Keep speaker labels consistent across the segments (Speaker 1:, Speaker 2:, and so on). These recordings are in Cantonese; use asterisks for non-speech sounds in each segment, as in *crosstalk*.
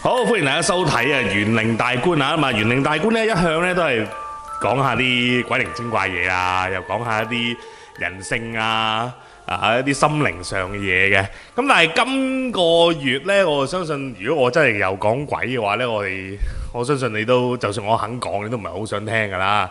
Speaker 1: 好，歡迎大家收睇啊！玄靈大觀啊，咁啊，玄靈大觀咧一向咧都係講下啲鬼靈精怪嘢啊，又講下一啲人性啊，啊一啲心靈上嘅嘢嘅。咁但係今個月咧，我相信如果我真係又講鬼嘅話咧，我哋我相信你都就算我肯講，你都唔係好想聽㗎啦。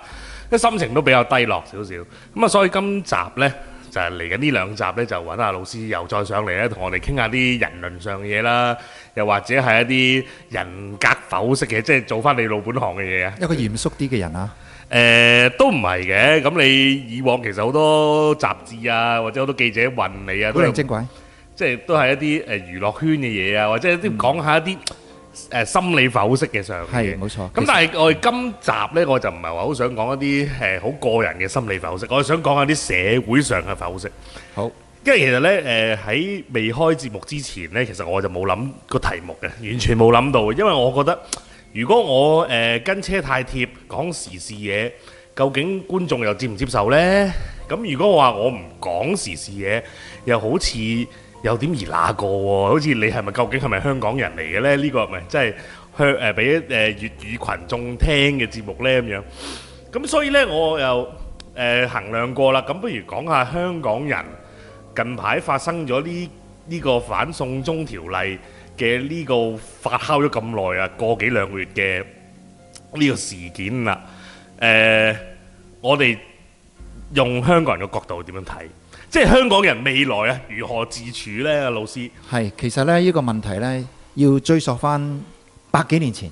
Speaker 1: 啲心情都比較低落少少。咁啊，所以今集呢，就係嚟緊呢兩集呢，就揾阿老師又再上嚟咧，同我哋傾下啲人倫上嘅嘢啦，又或者係一啲人格剖析嘅，即係做翻你老本行嘅嘢啊。
Speaker 2: 一個嚴肅啲嘅人啊，
Speaker 1: 誒、都唔係嘅，咁你以往其實好多雜誌啊，或者好多記者問你啊，都
Speaker 2: 古
Speaker 1: 有
Speaker 2: 靈精怪，
Speaker 1: 即係都係一啲誒娛樂圈嘅嘢啊，或者一啲講下一啲誒心理剖析嘅上嘅嘢
Speaker 2: 係冇錯。
Speaker 1: 咁但係我哋今集呢，我就唔係話好想講一啲誒好個人嘅心理剖析，我係想講一啲社會上嘅剖析。
Speaker 2: 好，
Speaker 1: 因為其實呢，誒、喺未開節目之前呢，其實我就冇諗個題目嘅，完全冇諗到嘅，因為我覺得如果我誒、跟車太貼講時事嘢，究竟觀眾又接唔接受呢？咁如果我話我唔講時事嘢，又好似有點兒那個喎，好似你係咪究竟係咪香港人嚟嘅呢？呢、個係咪真係香誒俾誒呃粵語群眾聽嘅節目呢？咁樣？咁所以呢，我又誒、呃衡量過啦。咁不如講下香港人近排發生咗呢呢個反送中條例嘅呢個發酵咗咁耐啊，個幾兩個月嘅呢個事件啦。誒、我哋用香港人嘅角度點樣睇？即係香港人未來啊，如何自處呢？老師，
Speaker 2: 係其實咧，呢個問題咧，要追溯翻百幾年前，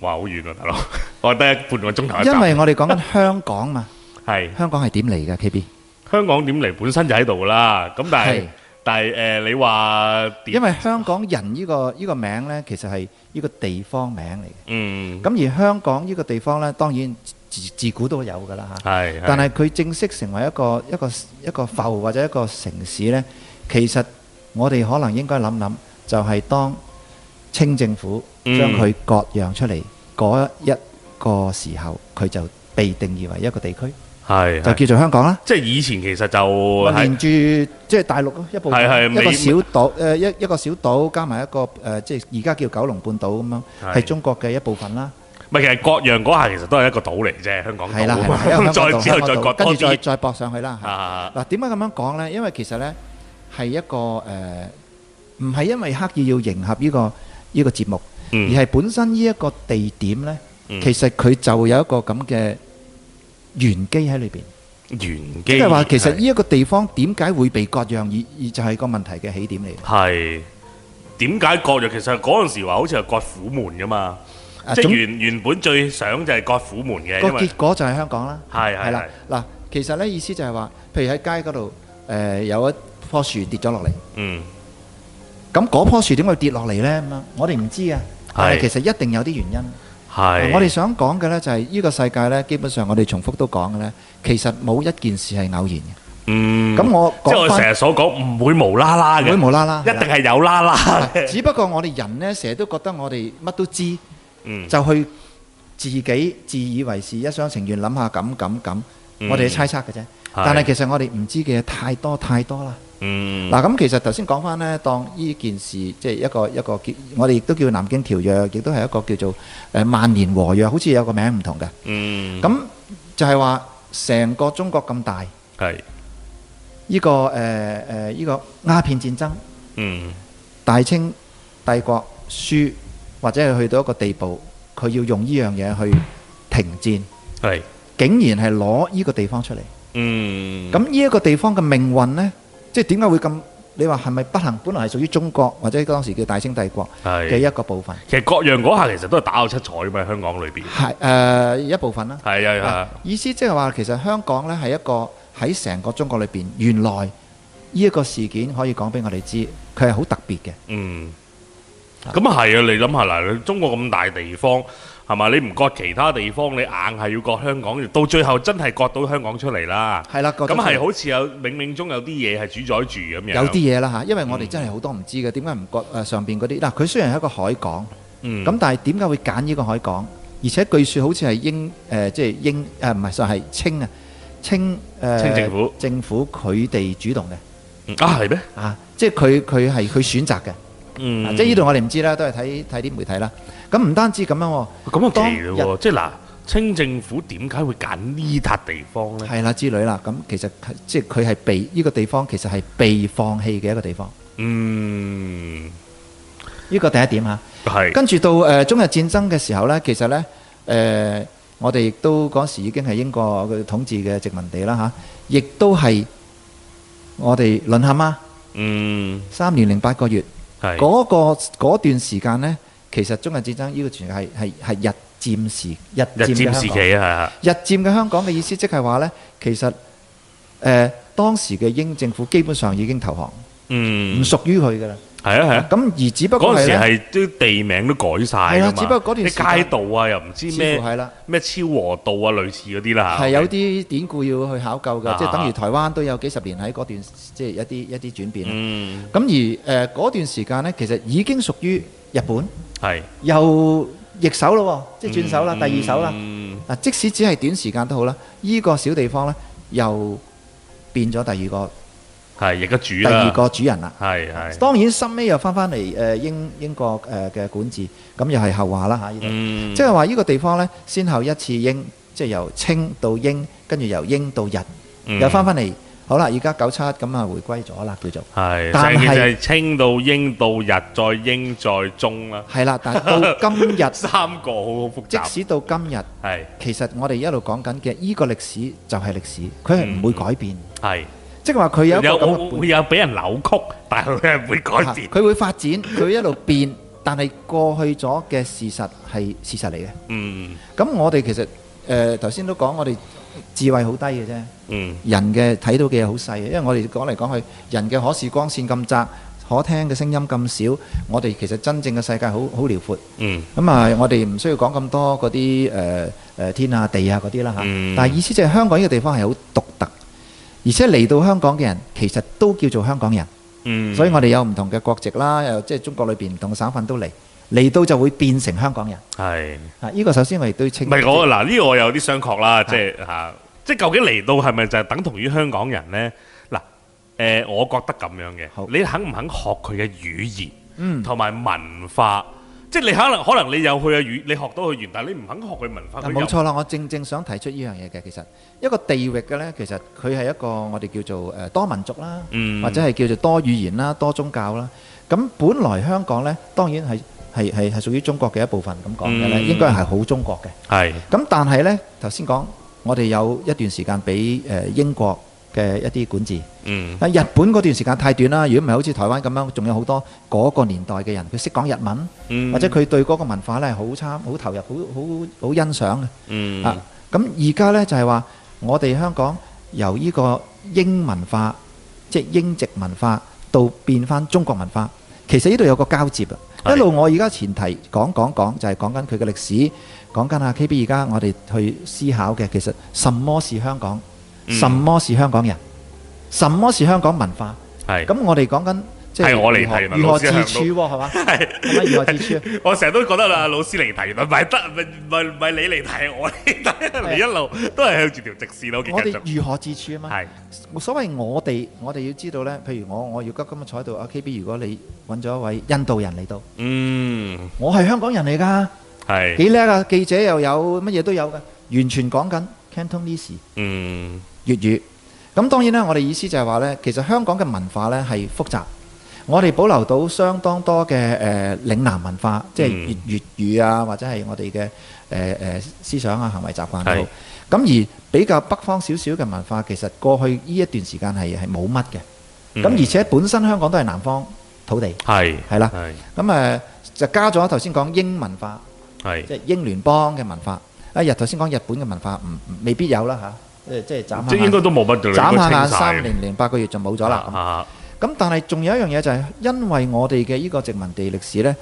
Speaker 1: 哇，好遠啊，大佬， *laughs* 我得半個鐘頭一集。
Speaker 2: 因為我哋講緊香港嘛，
Speaker 1: 係
Speaker 2: 香港係點嚟嘅 K B？
Speaker 1: 香港點嚟，本身就喺度啦。咁但係
Speaker 2: 係
Speaker 1: 但係誒、你話點
Speaker 2: 因為香港人呢個呢個名咧，其實係呢個地方名嚟嘅。
Speaker 1: 嗯，
Speaker 2: 咁而香港呢個地方咧，當然自自古都有㗎啦嚇。
Speaker 1: 係，
Speaker 2: 但
Speaker 1: 係
Speaker 2: 係佢正式成為一個一個一個埠或者一個城市呢，其實我哋可能應該諗諗，就係當清政府
Speaker 1: 嗯
Speaker 2: 將佢割讓出嚟嗰一個時候，佢就被定義為一個地區，
Speaker 1: 係
Speaker 2: 就
Speaker 1: 係
Speaker 2: 叫做香港啦。
Speaker 1: 即係以前其實就
Speaker 2: 連
Speaker 1: 係
Speaker 2: 住即係大陸咯，一部分
Speaker 1: 係係
Speaker 2: 一個
Speaker 1: 美
Speaker 2: 小島誒一一個小島加埋一個誒，即係而家叫九龍半島咁樣，
Speaker 1: 係
Speaker 2: 係中國嘅一部分啦。
Speaker 1: 唔係其實各樣嗰下其實都係一個島嚟啫，香港
Speaker 2: 係啦，
Speaker 1: 島啊 *laughs*
Speaker 2: 係
Speaker 1: 嘛
Speaker 2: 啦，香港
Speaker 1: 再
Speaker 2: 島
Speaker 1: 之後再
Speaker 2: 香
Speaker 1: 割
Speaker 2: 港島跟
Speaker 1: 多
Speaker 2: 住再
Speaker 1: 啲
Speaker 2: 再駁上去啦。係
Speaker 1: 啊，
Speaker 2: 嗱，點解咁樣講呢？因為其實呢，係一個誒，呃唔、係因為刻意要迎合呢、個呢、個節目，而
Speaker 1: 嗯
Speaker 2: 係本身呢一個地點呢，
Speaker 1: 嗯
Speaker 2: 其實佢就有一個咁嘅玄機喺裏邊，
Speaker 1: 原機
Speaker 2: 即係話其實
Speaker 1: 係
Speaker 2: 呢一個地方點解會被割讓，而而就係個問題嘅起點嚟。
Speaker 1: 係點解割讓？其實嗰陣時話好似係割虎門噶嘛，
Speaker 2: 啊
Speaker 1: 即係
Speaker 2: 總
Speaker 1: 原原本最想就係割虎門嘅，
Speaker 2: 個
Speaker 1: 因為
Speaker 2: 結果就係香港啦。
Speaker 1: 係
Speaker 2: 係
Speaker 1: 係
Speaker 2: 啦
Speaker 1: 係，
Speaker 2: 嗱，其實呢意思就係話，譬如喺街嗰度誒有一棵樹跌咗落嚟。
Speaker 1: 嗯
Speaker 2: 咁嗰棵樹點會跌落嚟呢？咁樣我哋唔知啊，但係其實一定有啲原因。
Speaker 1: 係
Speaker 2: 我哋想講嘅呢，就係呢個世界呢，基本上我哋重複都講嘅呢，其實冇一件事係偶然嘅。
Speaker 1: 嗯
Speaker 2: 咁我
Speaker 1: 即係我
Speaker 2: 講
Speaker 1: 成
Speaker 2: 翻，
Speaker 1: 日所講唔會無啦啦
Speaker 2: 唔
Speaker 1: 嘅，
Speaker 2: 會無啦啦，
Speaker 1: 一定係有啦啦嘅，
Speaker 2: 係。只不過我哋人呢，成日都覺得我哋乜都知，
Speaker 1: *laughs* 嗯
Speaker 2: 就去自己自以為是，一廂情願諗下咁咁咁，
Speaker 1: 嗯
Speaker 2: 我哋猜測嘅啫。但係其實我哋唔知嘅嘢太多太多啦。
Speaker 1: 嗯
Speaker 2: 嗱，咁其實頭先講翻呢，當呢件事即係一個一個叫，我哋亦都叫南京條約，亦都係一個叫做誒萬年和約，好似有個名唔同嘅。
Speaker 1: 嗯
Speaker 2: 咁就係話成個中國咁大，呢、
Speaker 1: 係
Speaker 2: 個誒誒呢個鴉片戰爭，
Speaker 1: 嗯
Speaker 2: 大清帝國輸或者係去到一個地步，佢要用呢樣嘢去停戰，
Speaker 1: 係
Speaker 2: 竟然係攞呢個地方出嚟。
Speaker 1: 嗯
Speaker 2: 咁呢一個地方嘅命運呢，即係點解會咁？你話係咪不幸？本來係屬於中國或者當時叫大清帝國
Speaker 1: 係
Speaker 2: 嘅一個部分，
Speaker 1: 其實各樣嗰下其實都係打到七彩嘅嘛，香港裏邊
Speaker 2: 係誒、呃一部分啦。
Speaker 1: 係
Speaker 2: 嗱
Speaker 1: 啊
Speaker 2: 意思即係話，其實香港呢係一個喺成個中國裏邊，原來呢一個事件可以講俾我哋知，佢係好特別嘅。
Speaker 1: 嗯，咁係啊！你諗下嗱，你中國咁大地方係嘛？你唔割其他地方，你硬係要割香港，到最後真係割到香港出嚟啦。
Speaker 2: 係啦，
Speaker 1: 咁
Speaker 2: 咁
Speaker 1: 係好似有冥冥中有啲嘢係主宰住咁樣。
Speaker 2: 有啲嘢啦嚇，因為我
Speaker 1: 嗯
Speaker 2: 哋真係好多唔知嘅，點解唔覺誒上邊嗰啲嗱？佢雖然係一個海港，
Speaker 1: 嗯
Speaker 2: 咁但係點解會揀呢個海港？而且據說好似係英誒，即係英誒唔係，就係清啊清誒
Speaker 1: 清政府
Speaker 2: 政府佢哋主動嘅
Speaker 1: 嗯啊係咩？
Speaker 2: 啊，即係佢佢係佢選擇嘅。
Speaker 1: 嗯
Speaker 2: 啊即係呢度我哋唔知啦，都係睇睇啲媒體啦。咁唔單止咁樣喎，
Speaker 1: 咁又
Speaker 2: 當
Speaker 1: 奇嘞喎！即係嗱，清政府點解會揀呢笪地方呢？
Speaker 2: 係啦之類啦，咁其實佢即係佢係被呢、個地方其實係被放棄嘅一個地方，
Speaker 1: 嗯，
Speaker 2: 呢、個第一點啊嚇。
Speaker 1: 係，
Speaker 2: 跟住到誒、呃中日戰爭嘅時候呢，其實呢，誒、我哋亦都嗰時已經係英國嘅統治嘅殖民地啦嚇，亦都係我哋淪陷啊，
Speaker 1: 嗯，
Speaker 2: 三年零八個月
Speaker 1: 係，
Speaker 2: 嗰、個嗰段時間呢，其實中日戰爭呢個全係係係日佔時日
Speaker 1: 日
Speaker 2: 佔嘅
Speaker 1: 佔
Speaker 2: 香
Speaker 1: 時
Speaker 2: 港
Speaker 1: 期啊，
Speaker 2: 日佔嘅香港嘅意思，即係話呢，其實誒、呃、當時嘅英政府基本上已經投降，唔
Speaker 1: 嗯，
Speaker 2: 屬於佢噶啦。
Speaker 1: 係啊係啊。
Speaker 2: 咁而只不過
Speaker 1: 嗰陣
Speaker 2: 係
Speaker 1: 時
Speaker 2: 呢，
Speaker 1: 係啲地名都改晒
Speaker 2: 係
Speaker 1: 㗎
Speaker 2: 啊
Speaker 1: 嘛，
Speaker 2: 只不過嗰段時間
Speaker 1: 啲街道啊又唔知
Speaker 2: 似乎
Speaker 1: 咩
Speaker 2: 係啦。
Speaker 1: 咩超和道啊，類似嗰啲啦嚇。
Speaker 2: 係有啲典故要去考究
Speaker 1: 啊
Speaker 2: 嘅，即係等於台灣都有幾十年喺嗰段，即係一啲一啲轉變。
Speaker 1: 嗯，
Speaker 2: 咁而誒嗰段時間呢，其實已經屬於日本，
Speaker 1: 係
Speaker 2: 又逆手咯喎，即係轉手啦，第二手啦。
Speaker 1: 嗯
Speaker 2: 嗱，即使只係短時間都好啦，依個小地方呢，又變咗第二個
Speaker 1: 係亦都主
Speaker 2: 第
Speaker 1: 啦
Speaker 2: 二，個主人啦。
Speaker 1: 係係，
Speaker 2: 當然，深尾又翻翻嚟誒英英國誒嘅管治，咁又係後話啦嚇。呢度
Speaker 1: 嗯，
Speaker 2: 即係話呢個地方呢，先後一次英，即係由清到英，跟住由英到日。
Speaker 1: 嗯
Speaker 2: 又翻翻嚟，好啦，而家九七咁啊，回歸咗啦，叫做
Speaker 1: 係，
Speaker 2: 但
Speaker 1: 成件事
Speaker 2: 係
Speaker 1: 係清到英到日再英再中
Speaker 2: *laughs*
Speaker 1: 啦，
Speaker 2: 係啦。但係到今
Speaker 1: *laughs*
Speaker 2: 日，
Speaker 1: 三個好好複
Speaker 2: 即
Speaker 1: 雜，
Speaker 2: 使到今日，
Speaker 1: 係
Speaker 2: 其實我哋一路講緊嘅依個歷史就係歷史，佢係唔會改變，
Speaker 1: 係
Speaker 2: 即係話佢有一
Speaker 1: 嗯
Speaker 2: 個
Speaker 1: 有
Speaker 2: 咁嘅
Speaker 1: 會會有俾人扭曲，但係佢係會
Speaker 2: 本
Speaker 1: 改變，
Speaker 2: 佢會發展，佢一路變，但係過去咗嘅事實係事實嚟嘅。
Speaker 1: 嗯
Speaker 2: 咁我哋其實誒頭先都講，我哋智慧好低嘅啫。
Speaker 1: 嗯
Speaker 2: 人嘅睇到嘅嘢好細嘅，因為我哋講嚟講去，人嘅可視光線咁窄，可聽嘅聲音咁少，我哋其實真正嘅世界好好遼闊。
Speaker 1: 嗯
Speaker 2: 咁啊，我哋唔需要講咁多嗰啲誒誒天啊地啊嗰啲啦嚇。
Speaker 1: 嗯
Speaker 2: 但係意思就係香港呢個地方係好獨特，而且嚟到香港嘅人其實都叫做香港人，
Speaker 1: 嗯，
Speaker 2: 所以我哋有唔同嘅國籍啦，又即係中國裏邊唔同嘅省份都嚟，嚟到就會變成香港人。
Speaker 1: 係。
Speaker 2: 啊，依個首先我亦都要
Speaker 1: 唔
Speaker 2: 清。
Speaker 1: 係我嗱呢個我有啲商榷啦，即係嚇，即係究竟嚟到係咪就係等同於香港人呢？嗱，誒，我覺得咁樣
Speaker 2: 好
Speaker 1: 嘅，你肯唔肯學佢嘅語言，
Speaker 2: 嗯
Speaker 1: 同埋文化，即係你可能可能你有佢嘅語，你學到佢語言，但係你唔肯學佢文化，
Speaker 2: 嗱，
Speaker 1: 佢
Speaker 2: 冇
Speaker 1: 又
Speaker 2: 錯啦，我正正想提出呢樣嘢嘅，其實一個地域嘅呢，其實佢係一個我哋叫做誒多民族啦，
Speaker 1: 嗯
Speaker 2: 或者係叫做多語言啦、多宗教啦。咁本來香港呢，當然係係係係屬於中國嘅一部分咁講嘅咧，
Speaker 1: 嗯
Speaker 2: 應該係好中國嘅。
Speaker 1: 係
Speaker 2: 咁但係呢，頭先講我哋有一段時間俾誒英國嘅一啲管治，
Speaker 1: 嗯
Speaker 2: 但日本嗰段時間太短啦。如果唔係好似台灣咁樣，仲有好多嗰個年代嘅人，佢識講日文，
Speaker 1: 嗯
Speaker 2: 或者佢對嗰個文化呢係好參好投入、好好好欣賞嘅。
Speaker 1: 嗯
Speaker 2: 啊，咁而家呢，就係話，我哋香港由呢個英文化，即係英殖文化，到變翻中國文化，其實呢度有個交接啊！
Speaker 1: 係
Speaker 2: 一路我而家前提講講講，就係講緊佢嘅歷史，講緊啊 KB 而家我哋去思考嘅，其實什麼是香港，
Speaker 1: 嗯
Speaker 2: 什麼是香港人，什麼是香港文化？
Speaker 1: 係
Speaker 2: 咁我哋講緊即係
Speaker 1: 係我離
Speaker 2: 如何
Speaker 1: 題啦
Speaker 2: 如
Speaker 1: 老
Speaker 2: 何
Speaker 1: 師
Speaker 2: 自
Speaker 1: 向
Speaker 2: 處喎，係嘛？
Speaker 1: 係。
Speaker 2: 係咪如何
Speaker 1: *laughs*
Speaker 2: 自處啊？
Speaker 1: 我成日都覺得啦，老師離題，唔係得，唔係唔係唔係你離題，我離題，你一路都係向住條直線咯，其
Speaker 2: 我
Speaker 1: 實就
Speaker 2: 哋如何自處啊嘛？
Speaker 1: 係
Speaker 2: 所謂我哋，我哋要知道呢，譬如我，我要急今日坐喺度。阿啊 KB，如果你揾咗一位印度人嚟到，
Speaker 1: 嗯
Speaker 2: 我係香港人嚟㗎，
Speaker 1: 係
Speaker 2: 幾叻啊！記者又有乜嘢都有嘅，完全講緊 Cantonese
Speaker 1: 嗯
Speaker 2: 粵語。咁當然啦，我哋意思就係話呢，其實香港嘅文化呢係複雜，我哋保留到相當多嘅誒、呃、嶺南文化，即係
Speaker 1: 嗯
Speaker 2: 粵粵語啊，或者係我哋嘅誒誒思想啊、行為習慣都
Speaker 1: 係
Speaker 2: 好。咁而比較北方少少嘅文化，其實過去呢一段時間係係冇乜嘅。咁而且本身香港都係南方土地，
Speaker 1: 係
Speaker 2: 係啦。
Speaker 1: 係
Speaker 2: 咁誒就加咗頭先講英文化，
Speaker 1: 係
Speaker 2: 即係英聯邦嘅文化。啊，日頭先講日本嘅文化，唔唔未必有啦嚇。誒，即係眨下
Speaker 1: 即係應該
Speaker 2: 眼，
Speaker 1: 都冇乜㗎啦，
Speaker 2: 眨
Speaker 1: 應該
Speaker 2: 下眼
Speaker 1: 清晒
Speaker 2: 三年零八個月就冇咗啦。咁
Speaker 1: 啊
Speaker 2: 咁但係仲有一樣嘢就係，因為我哋嘅呢個殖民地歷史呢，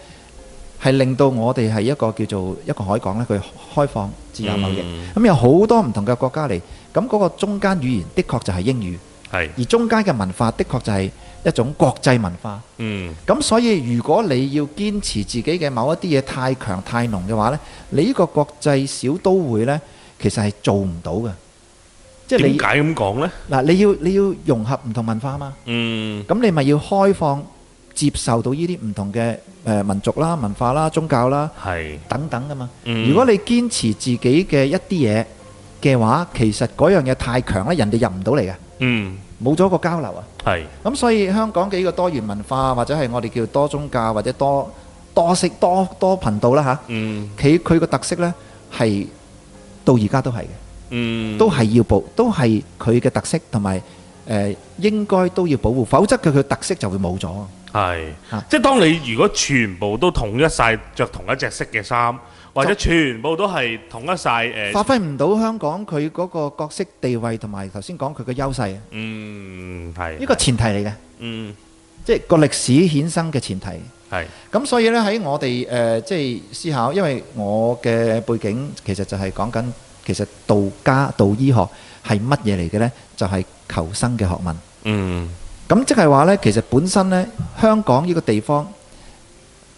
Speaker 2: 係令到我哋係一個叫做一個海港呢，佢開放自由貿易。
Speaker 1: 嗯
Speaker 2: 咁有好多唔同嘅國家嚟，咁嗰個中間語言的確就係英語，
Speaker 1: 係
Speaker 2: 而中間嘅文化的確就係一種國際文化。
Speaker 1: 嗯
Speaker 2: 咁所以如果你要堅持自己嘅某一啲嘢太強太濃嘅話呢，你呢個國際小都會呢，其實係做唔到嘅。即係
Speaker 1: 點
Speaker 2: 你
Speaker 1: 解咁講咧？
Speaker 2: 嗱，你要你要融合唔同文化嘛，
Speaker 1: 嗯
Speaker 2: 咁你咪要開放接受到呢啲唔同嘅誒民族啦、文化啦、宗教啦
Speaker 1: 係
Speaker 2: 等等噶嘛。
Speaker 1: 嗯
Speaker 2: 如果你堅持自己嘅一啲嘢嘅話，其實嗰樣嘢太強咧，人哋入唔到嚟嘅，
Speaker 1: 嗯
Speaker 2: 冇咗個交流啊。
Speaker 1: 係
Speaker 2: 咁所以香港嘅呢個多元文化或者係我哋叫多宗教或者多多式多多頻道啦吓，
Speaker 1: 嗯
Speaker 2: 佢佢個特色呢係到而家都係嘅。
Speaker 1: 嗯
Speaker 2: 都係要保，都係佢嘅特色同埋誒應該都要保護，否則佢嘅特色就會冇咗。
Speaker 1: 係
Speaker 2: 啊，
Speaker 1: 即係當你如果全部都統一晒着同一隻色嘅衫，或者
Speaker 2: 就
Speaker 1: 全部都係統一晒
Speaker 2: 發
Speaker 1: 誒，
Speaker 2: 揮唔到香港佢嗰個角色地位同埋頭先講佢嘅優勢，
Speaker 1: 嗯係
Speaker 2: 呢個前提嚟嘅，
Speaker 1: 嗯
Speaker 2: 即係個歷史衍生嘅前提。
Speaker 1: 係
Speaker 2: 咁所以呢，喺我哋誒、呃即係思考，因為我嘅背景其實就係講緊其實道家道醫學係乜嘢嚟嘅呢？就係、求生嘅學問。
Speaker 1: 嗯
Speaker 2: 咁即係話呢，其實本身呢，香港呢個地方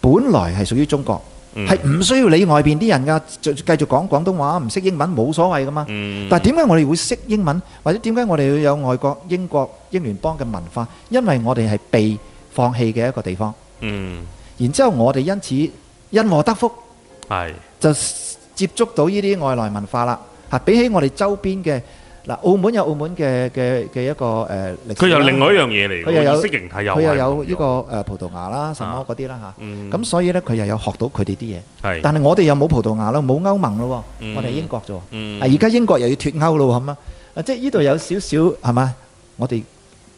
Speaker 2: 本來係屬於中國，
Speaker 1: 嗯
Speaker 2: 係唔需要理外邊啲人噶，就繼續講廣東話，唔識英文冇所謂噶嘛。
Speaker 1: 嗯
Speaker 2: 但係點解我哋會識英文，或者點解我哋要有外國英國英聯邦嘅文化？因為我哋係被放棄嘅一個地方，
Speaker 1: 嗯
Speaker 2: 然之後我哋因此因禍得福，
Speaker 1: 係
Speaker 2: 就接觸到呢啲外來文化啦。嚇，比起我哋周邊嘅嗱，澳門有澳門嘅嘅嘅一個誒歷史啦
Speaker 1: 佢又另外一樣嘢嚟
Speaker 2: 佢又
Speaker 1: 喎，
Speaker 2: 有
Speaker 1: 意識形態又
Speaker 2: 佢又
Speaker 1: 係
Speaker 2: 有
Speaker 1: 唔
Speaker 2: 呢個
Speaker 1: 同
Speaker 2: 誒葡萄牙啦、什麼嗰啲啦
Speaker 1: 啊嗯
Speaker 2: 嚇，咁所以呢，佢又有學到佢哋啲嘢。
Speaker 1: 係
Speaker 2: 但係我哋又冇葡萄牙咯，冇歐盟咯
Speaker 1: 嗯
Speaker 2: 喎，我哋係英國啫喎。
Speaker 1: 嗯
Speaker 2: 啊，而家英國又要脱歐咯喎，咁啊，啊即係呢度有少少係嘛？我哋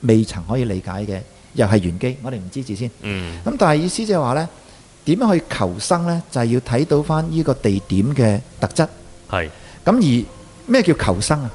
Speaker 2: 未曾可以理解嘅，又係玄機，我哋唔知字先。
Speaker 1: 嗯
Speaker 2: 咁但係意思即係話呢，點樣去求生呢？就係要睇到翻呢個地點嘅特質。
Speaker 1: 係
Speaker 2: 咁而咩叫求生啊？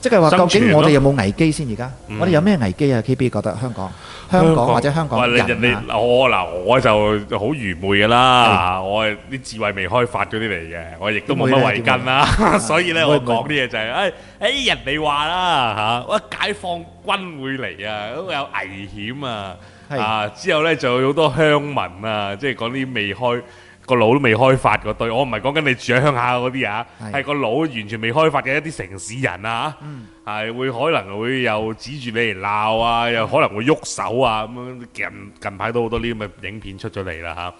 Speaker 2: 即係話究
Speaker 1: 生存
Speaker 2: 竟
Speaker 1: 咯
Speaker 2: 我哋有冇危機先？而家
Speaker 1: 嗯
Speaker 2: 我哋有咩危機啊？KB 覺得香港、香港或者香港
Speaker 1: 喂你
Speaker 2: 人啊
Speaker 1: 你我嗱我就好愚昧㗎啦，
Speaker 2: 嗯
Speaker 1: 我係啲智慧未開發嗰啲嚟嘅，我亦都冇乜慧根啦， *laughs* 所以咧我
Speaker 2: 會唔會
Speaker 1: 講啲嘢就係誒誒人哋話啦嚇，喂解放軍會嚟啊，咁有危險啊，
Speaker 2: 係
Speaker 1: 啊之後咧就有好多鄉民啊，即係講啲未開。個腦都未開發嗰堆，我唔係講緊你住喺鄉下嗰啲啊，
Speaker 2: 係
Speaker 1: 係個腦完全未開發嘅一啲城市人啊，係會可能會又指住你嚟鬧啊，又可能會喐手啊咁樣。近近排都好多呢啲咁嘅影片出咗嚟啦嚇，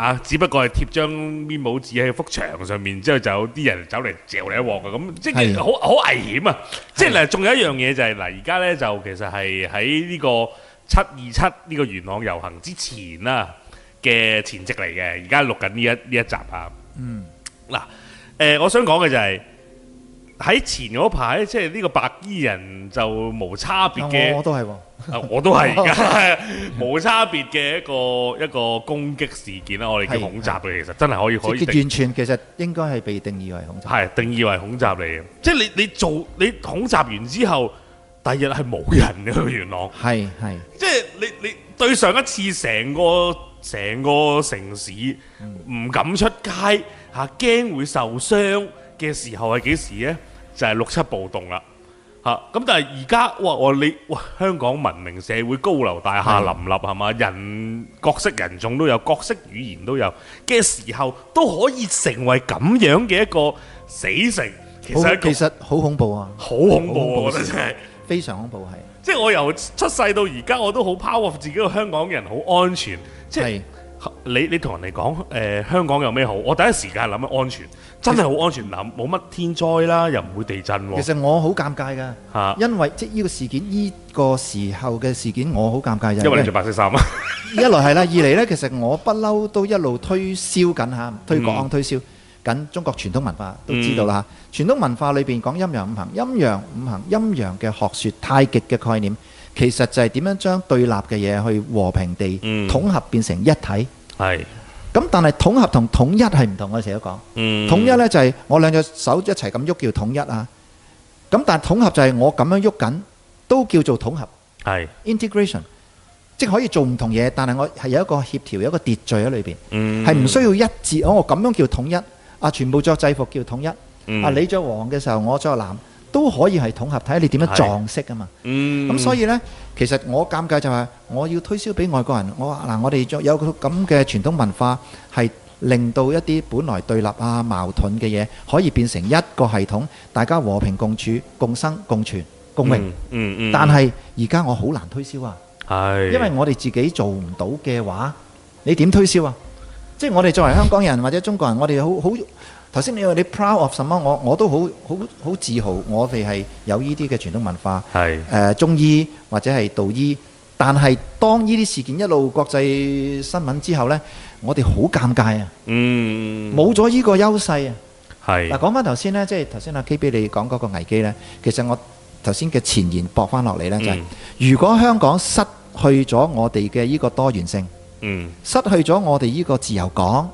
Speaker 1: 啊，只不過係貼張面帽紙喺幅牆上面，之後就有啲人走嚟嚼你一鑊嘅，咁即係
Speaker 2: 係
Speaker 1: 好好危險啊！即係嗱，仲有一樣嘢就係嗱，而家呢就其實係喺呢個七二七呢個元朗遊行之前啦嘅前夕嚟嘅，而家錄緊呢一呢一集啊。嗱，誒、我想講嘅就係、喺前嗰排，即係呢個白衣人就無差別
Speaker 2: 啊我我
Speaker 1: 嘅，
Speaker 2: 都係喎，
Speaker 1: 啊我都係而家 *laughs* 無差別嘅一個一個攻擊事件啦，我哋叫
Speaker 2: 係
Speaker 1: 恐襲嘅，其實真係可以可以
Speaker 2: 即係
Speaker 1: 定
Speaker 2: 完全其實應該係被定義為恐襲。
Speaker 1: 係定義為恐襲嚟嘅，即係你你做你恐襲完之後，第二日係冇人嘅元朗。
Speaker 2: 係係
Speaker 1: 即係你你對上一次成個成個城市唔敢出街嚇，驚、會受傷嘅時候係幾時呢？就係、六七暴動啦嚇。咁、但係而家哇我你哇香港文明社會高樓大廈
Speaker 2: 係
Speaker 1: 林立係嘛，人各式人種都有，各式語言都有嘅時候，都可以成為咁樣嘅一個死城，其實係
Speaker 2: 好
Speaker 1: 一個
Speaker 2: 其實好恐怖啊，
Speaker 1: 好恐怖啊！我
Speaker 2: 好恐怖
Speaker 1: 覺得真係。
Speaker 2: 非常恐怖係。
Speaker 1: 即係我由出世到而家，我都好 power 自己個香港人好安全。即係
Speaker 2: 係
Speaker 1: 你你同人哋講誒香港有咩好？我第一時間係諗緊安全，真係好安全諗，冇乜天災啦，又唔會地震
Speaker 2: 其
Speaker 1: 喎。
Speaker 2: 實我好尷尬㗎，
Speaker 1: 嚇，
Speaker 2: 因為即係呢個事件，呢、個時候嘅事件我好尷尬就係
Speaker 1: 因為你着白色衫啊。
Speaker 2: 一來係啦，二嚟呢，其實我不嬲都一路推銷緊嚇，推
Speaker 1: 嗯
Speaker 2: 廣推銷緊中國傳統文化，都知道啦嚇。傳統文化裏邊講陰陽五行，陰陽五行，陰陽嘅學説，太極嘅概念，其實就係點樣將對立嘅嘢去和平地
Speaker 1: 嗯
Speaker 2: 統合變成一體。
Speaker 1: 係，
Speaker 2: 咁但係統合同統一係唔同，我成日都講。
Speaker 1: 嗯
Speaker 2: 統一呢就係我兩隻手一齊咁喐叫統一啊。咁但係統合就係我咁樣喐緊，都叫做統合。
Speaker 1: 係，
Speaker 2: integration，即係可以做唔同嘢，但係我係有一個協調，有一個秩序喺裏邊，
Speaker 1: 嗯
Speaker 2: 係唔需要一致。哦，我咁樣叫統一，啊，全部着制服叫統一，
Speaker 1: 嗯
Speaker 2: 啊，你着黃嘅時候，我着藍，都可以係統合，睇下你點
Speaker 1: 係
Speaker 2: 樣撞色啊嘛。
Speaker 1: 嗯
Speaker 2: 咁所以呢，其實我尷尬就係我要推銷俾外國人，我話嗱，我哋仲有個咁嘅傳統文化係。令到一啲本來對立啊、矛盾嘅嘢，可以變成一個系統，大家和平共處、共生、共存、共榮。
Speaker 1: 嗯嗯嗯，
Speaker 2: 但係而家我好難推銷啊！
Speaker 1: 係，
Speaker 2: 因為我哋自己做唔到嘅話，你點推銷啊？即係我哋作為香港人或者中國人，我哋好好頭先你話你 proud of 什麼？我我都好好好自豪，我哋係有呢啲嘅傳統文化，
Speaker 1: 係
Speaker 2: 誒、中醫或者係道醫。但係當呢啲事件一路國際新聞之後呢，我哋好尷尬啊！
Speaker 1: 嗯
Speaker 2: 冇咗呢個優勢啊！
Speaker 1: 係
Speaker 2: 嗱，講翻頭先呢，即係頭先阿 K B 你講嗰個危機呢，其實我頭先嘅前言駁翻落嚟呢，就係、
Speaker 1: 嗯
Speaker 2: 如果香港失去咗我哋嘅呢個多元性，
Speaker 1: 嗯
Speaker 2: 失去咗我哋呢個自由港，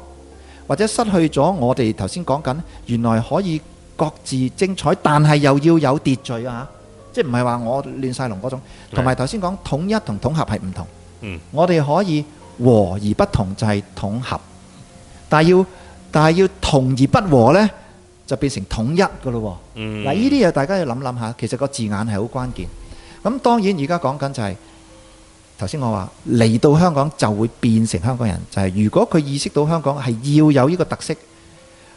Speaker 2: 或者失去咗我哋頭先講緊原來可以各自精彩，但係又要有秩序啊！即係唔係話我亂晒龍嗰種，同埋頭先講統一同統合係唔同。
Speaker 1: 嗯
Speaker 2: 我哋可以和而不同就係統合，但係要但係要同而不和呢，就變成統一噶咯喎。
Speaker 1: 嗯
Speaker 2: 嗱、呢啲嘢大家要諗諗下，其實個字眼係好關鍵。咁當然而家講緊就係頭先我話嚟到香港就會變成香港人，就係、如果佢意識到香港係要有呢個特色，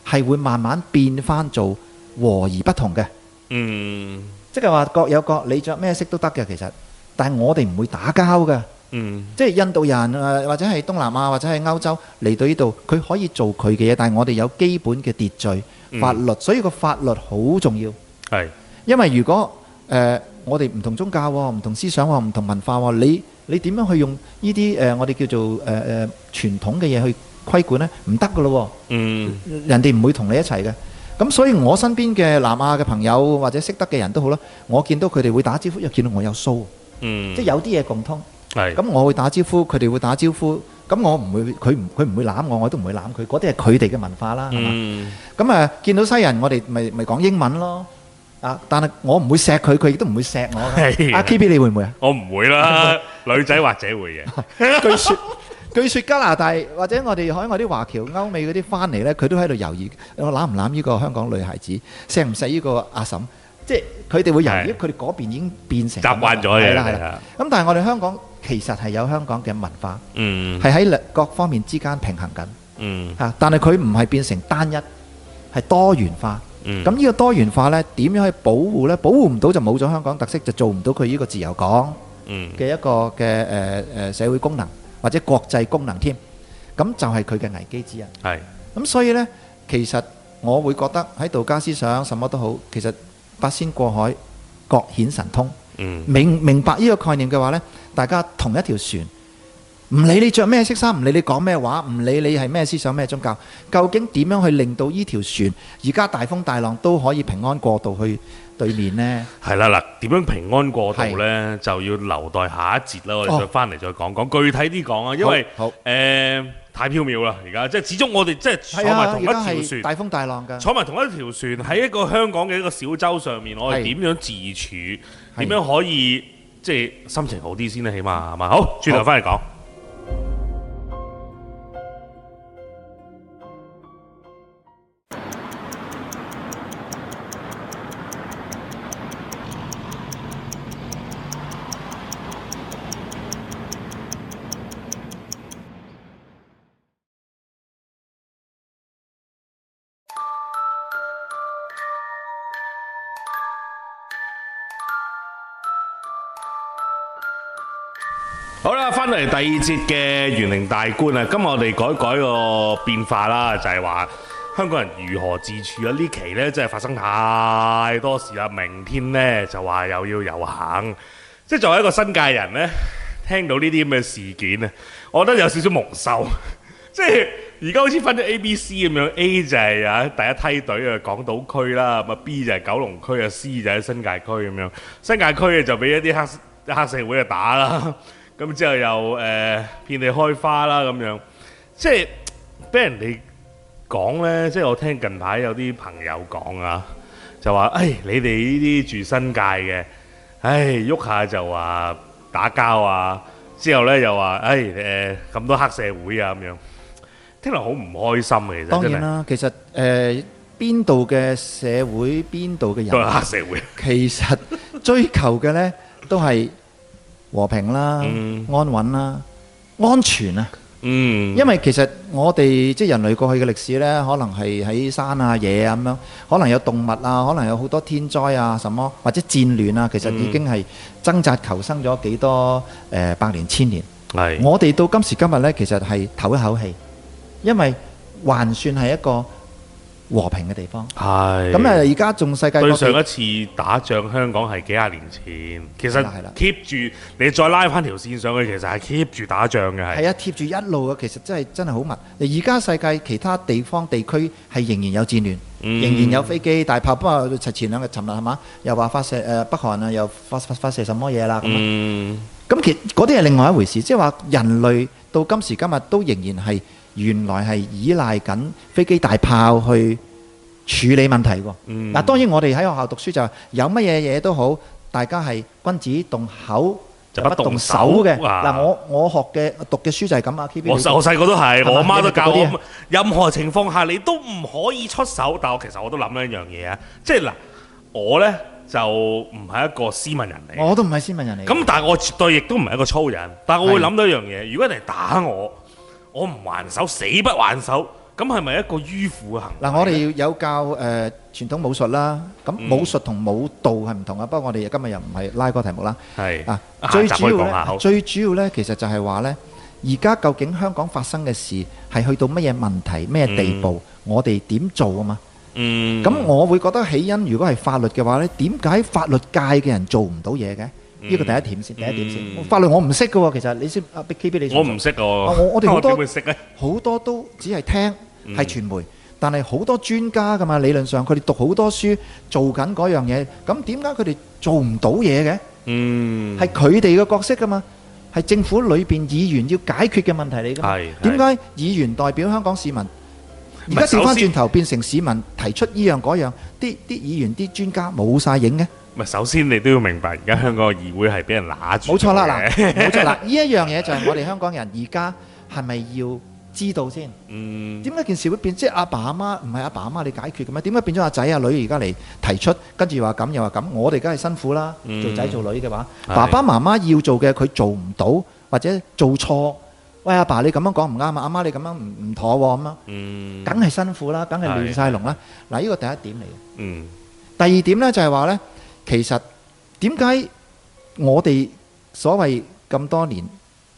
Speaker 2: 係會慢慢變翻做和而不同嘅。
Speaker 1: 嗯
Speaker 2: 即係話各有各，你着咩色都得嘅其實，但係我哋唔會打交嘅。
Speaker 1: 嗯
Speaker 2: 即係印度人誒，或者係東南亞，或者係歐洲嚟到呢度，佢可以做佢嘅嘢，但係我哋有基本嘅秩序、
Speaker 1: 嗯
Speaker 2: 法律，所以個法律好重要。
Speaker 1: 係
Speaker 2: 因為如果誒、呃我哋唔同宗教喎、唔同思想喎、唔同文化喎、你你點樣去用呢啲誒我哋叫做誒誒、呃呃傳統嘅嘢去規管呢？唔得噶咯喎！
Speaker 1: 嗯
Speaker 2: 人哋唔會同你一齊嘅。咁所以我身邊嘅南亞嘅朋友或者識得嘅人都好啦，我見到佢哋會打招呼，又見到我有須，
Speaker 1: 嗯
Speaker 2: 即係有啲嘢共通。
Speaker 1: 係
Speaker 2: 咁啊我會打招呼，佢哋會打招呼。咁我唔會，佢唔佢唔會攬我，我都唔會攬佢。嗰啲係佢哋嘅文化啦，係嘛？
Speaker 1: 嗯
Speaker 2: 咁啊，見到西人，我哋咪咪講英文咯。啊，但係我唔會錫佢，佢亦都唔會錫我
Speaker 1: 係
Speaker 2: 㗎。阿 K B，你會唔會啊？
Speaker 1: 我哦唔會
Speaker 2: *laughs*
Speaker 1: 啦，女仔或者會嘅，
Speaker 2: 啊據說據說加拿大或者我哋海外啲華僑、歐美嗰啲翻嚟呢，佢都喺度猶豫，我攬唔攬呢個香港女孩子，錫唔錫呢個阿嬸？即係佢哋會猶豫，
Speaker 1: 係
Speaker 2: 佢哋嗰邊已經變成
Speaker 1: 習慣咗嘅
Speaker 2: 係啦係
Speaker 1: 係
Speaker 2: 啦
Speaker 1: 啊。
Speaker 2: 咁但係我哋香港其實係有香港嘅文化。
Speaker 1: 嗯
Speaker 2: 係喺兩各方面之間平衡緊
Speaker 1: 嗯
Speaker 2: 嚇，但係佢唔係變成單一，係多元化。
Speaker 1: 嗯
Speaker 2: 咁呢個多元化呢，點樣去保護呢？保護唔到就冇咗香港特色，就做唔到佢呢個自由港
Speaker 1: 嗯
Speaker 2: 嘅一個嘅誒誒社會功能或者國際功能添。咁就係佢嘅危機之一。
Speaker 1: 係
Speaker 2: 咁所以呢，其實我會覺得喺道家思想什麼都好，其實八仙過海，各顯神通。
Speaker 1: 嗯
Speaker 2: 明明白呢個概念嘅話呢，大家同一條船，唔理你着咩色衫，唔理你講咩話，唔理你係咩思想咩宗教，究竟點樣去令到呢條船而家大風大浪都可以平安過渡去對面呢？
Speaker 1: 係啦嗱，點樣平安過渡呢？就要留待下一節啦，我哋
Speaker 2: 哦
Speaker 1: 再翻嚟再講講具體啲講啊，因為
Speaker 2: 好
Speaker 1: 誒太飄渺啦，而家即係始終我哋即係坐
Speaker 2: 係啊
Speaker 1: 埋，同
Speaker 2: 而
Speaker 1: 一
Speaker 2: 家
Speaker 1: 條
Speaker 2: 係
Speaker 1: 船。
Speaker 2: 大風大浪㗎。
Speaker 1: 坐埋同一條船喺一個香港嘅一個小洲上面，我哋
Speaker 2: 係
Speaker 1: 點樣自處？
Speaker 2: 係
Speaker 1: 點樣可以即係心情好啲先咧？起碼係嘛？好，轉頭
Speaker 2: 好
Speaker 1: 翻嚟講。好啦，翻嚟第二節嘅元靈大觀啊，今日我哋改改個變化啦，就係話香港人如何自處啊？呢期呢，真係發生太多事啦，明天呢，就話又要遊行，即係作為一個新界人呢，聽到呢啲咁嘅事件啊，我覺得有少少蒙羞。即係而家好似分咗 A、B、C 咁樣，A 就係啊第一梯隊啊港島區啦，咁啊 B 就係九龍區啊，C 就喺新界區咁樣。新界區啊嘅就俾一啲黑黑社會啊打啦，咁之後又誒、呃、遍地開花啦咁樣，即係俾人哋講呢，即係我聽近排有啲朋友講啊，就話：，誒你哋呢啲住新界嘅，唉喐下就話打交啊，之後呢又話：，誒誒咁多黑社會啊咁樣，聽落好唔開心嘅，其實
Speaker 2: 當
Speaker 1: 真
Speaker 2: 然
Speaker 1: 係
Speaker 2: 啦，其實誒邊度嘅社會，邊度嘅
Speaker 1: 都係 *laughs*
Speaker 2: 人，
Speaker 1: 黑社會，
Speaker 2: 其實追求嘅呢都係和平啦、
Speaker 1: 嗯
Speaker 2: 安穩啦、安全啊。
Speaker 1: 嗯，
Speaker 2: 因為其實我哋即係人類過去嘅歷史呢，可能係喺山啊、野啊咁樣，可能有動物啊，可能有好多天災啊、什麼或者戰亂啊，其實已經係掙扎求生咗幾多誒、呃百年千年。
Speaker 1: 係
Speaker 2: 我哋到今時今日呢，其實係唞一口氣，因為還算係一個和平嘅地方。
Speaker 1: 係。
Speaker 2: 咁啊誒，而家仲世界各
Speaker 1: 對
Speaker 2: 地
Speaker 1: 上一次打仗，香港係幾廿年前，其
Speaker 2: 係
Speaker 1: 實
Speaker 2: 啦係啦
Speaker 1: keep 住你再拉翻條線上去，其實係 keep 住打仗嘅係。
Speaker 2: 係啊，貼住一路嘅，其實真係真係好密。而家世界其他地方地區係仍然有戰亂，
Speaker 1: 嗯
Speaker 2: 仍然有飛機大炮。不過前兩日尋日係嘛，又話發射誒、呃北韓啊，又發發發射什麼嘢啦咁樣。
Speaker 1: 嗯，
Speaker 2: 咁其嗰啲係另外一回事，即係話人類到今時今日都仍然係原來係依賴緊飛機大炮去處理問題喎。嗱、
Speaker 1: 嗯
Speaker 2: 當然我哋喺學校讀書就係有乜嘢嘢都好，大家係君子動口
Speaker 1: 就
Speaker 2: 就
Speaker 1: 不
Speaker 2: 不
Speaker 1: 動
Speaker 2: 動
Speaker 1: 手
Speaker 2: 手嘅。嗱、
Speaker 1: 啊
Speaker 2: 我我學嘅讀嘅書就係咁啊。KB
Speaker 1: 我
Speaker 2: 你
Speaker 1: 細我細個都係，
Speaker 2: 嘛
Speaker 1: 我媽都教
Speaker 2: 你哋嗰啲
Speaker 1: 我，任何情況下你都唔可以出手。但我其實我都諗一樣嘢啊，即係嗱，我呢就唔係一個斯文人嚟，
Speaker 2: 我都唔係斯文人嚟嘅。
Speaker 1: 咁但係我絕對亦都唔係一個粗人，但係我會
Speaker 2: 係
Speaker 1: 諗到一樣嘢，如果人哋打我，我唔還手，死不還手，咁係咪一個迂腐嘅行為呢？
Speaker 2: 嗱，我哋有教誒、呃、傳統武術啦，咁
Speaker 1: 嗯
Speaker 2: 武術同舞蹈係唔同啊。不過我哋今日又唔係拉個題目啦。
Speaker 1: 係
Speaker 2: 啊，
Speaker 1: 下
Speaker 2: 最
Speaker 1: 集
Speaker 2: 主
Speaker 1: 可以
Speaker 2: 要
Speaker 1: 講下好
Speaker 2: 咧，最主要咧，其實就係話咧，而家究竟香港發生嘅事係去到乜嘢問題、咩地步，我哋點做啊嘛？
Speaker 1: 嗯，
Speaker 2: 咁、我會覺得起因，如果係法律嘅話咧，點解法律界嘅人做唔到嘢嘅？呢個第一點先，第一點先。
Speaker 1: 嗯
Speaker 2: 法律我唔識嘅喎，其實你識啊，K B 你
Speaker 1: 我唔識喎，
Speaker 2: 我我哋
Speaker 1: *laughs*
Speaker 2: 好多
Speaker 1: 點會識呢？
Speaker 2: 好多都只係聽係傳媒，但係好多專家噶嘛，理論上佢哋讀好多書，做緊嗰樣嘢，咁點解佢哋做唔到嘢嘅？
Speaker 1: 嗯，
Speaker 2: 係佢哋嘅角色噶嘛，係政府裏邊議員要解決嘅問題嚟噶嘛。
Speaker 1: 係
Speaker 2: 點解議員代表香港市民？
Speaker 1: 唔係
Speaker 2: 而家調翻
Speaker 1: 首先
Speaker 2: 轉頭變成市民提出依樣嗰樣，啲啲議員啲專家冇晒影嘅，
Speaker 1: *laughs* 咪首先你都要明白，而家香港嘅議會係俾人揦住。
Speaker 2: 冇錯啦嗱，，冇錯啦，呢一樣嘢就係我哋香港人而家係咪要知道先？
Speaker 1: 嗯，
Speaker 2: 點解件事會變？即係阿爸阿媽唔係阿爸阿媽你解決嘅咩？點解變咗阿仔阿女而家嚟提出，跟住話咁又話咁？我哋梗係辛苦啦，
Speaker 1: 嗯
Speaker 2: 做仔做女嘅話，
Speaker 1: 係
Speaker 2: 爸爸媽媽要做嘅佢做唔到或者做錯。喂，阿爸你咁樣講唔啱啊！阿媽你咁樣唔唔妥喎咁樣，
Speaker 1: 嗯，
Speaker 2: 梗係辛苦啦，梗係亂晒龍啦。嗱，呢個第一點嚟嘅。
Speaker 1: 嗯，
Speaker 2: 第二點呢，就係話呢，其實點解我哋所謂咁多年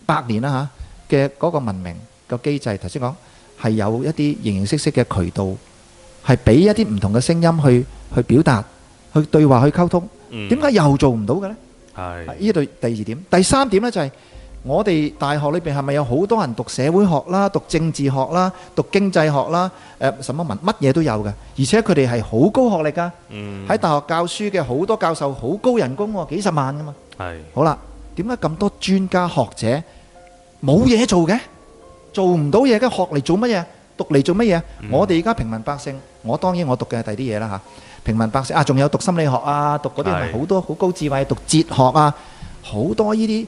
Speaker 2: 百年啦嚇嘅嗰個文明個機制，頭先講係有一啲形形色色嘅渠道，係俾一啲唔同嘅聲音去去表達、去對話、去溝通，
Speaker 1: 嗯
Speaker 2: 點解又做唔到嘅呢？
Speaker 1: 係
Speaker 2: 呢度第二點，第三點呢，就係、我哋大學裏邊係咪有好多人讀社會學啦、讀政治學啦、讀經濟學啦、誒、什麼文乜嘢都有嘅，而且佢哋係好高學歷㗎。
Speaker 1: 嗯
Speaker 2: 喺大學教書嘅好多教授好高人工喎，幾十萬噶嘛。
Speaker 1: 係
Speaker 2: 好啦，點解咁多專家學者冇嘢做嘅？做唔到嘢嘅，學嚟做乜嘢？讀嚟做乜嘢？我哋而家平民百姓，我當然我讀嘅係第啲嘢啦嚇。平民百姓啊，仲有讀心理學啊，讀嗰啲
Speaker 1: 係
Speaker 2: 係好多好高智慧，讀哲學啊，好多呢啲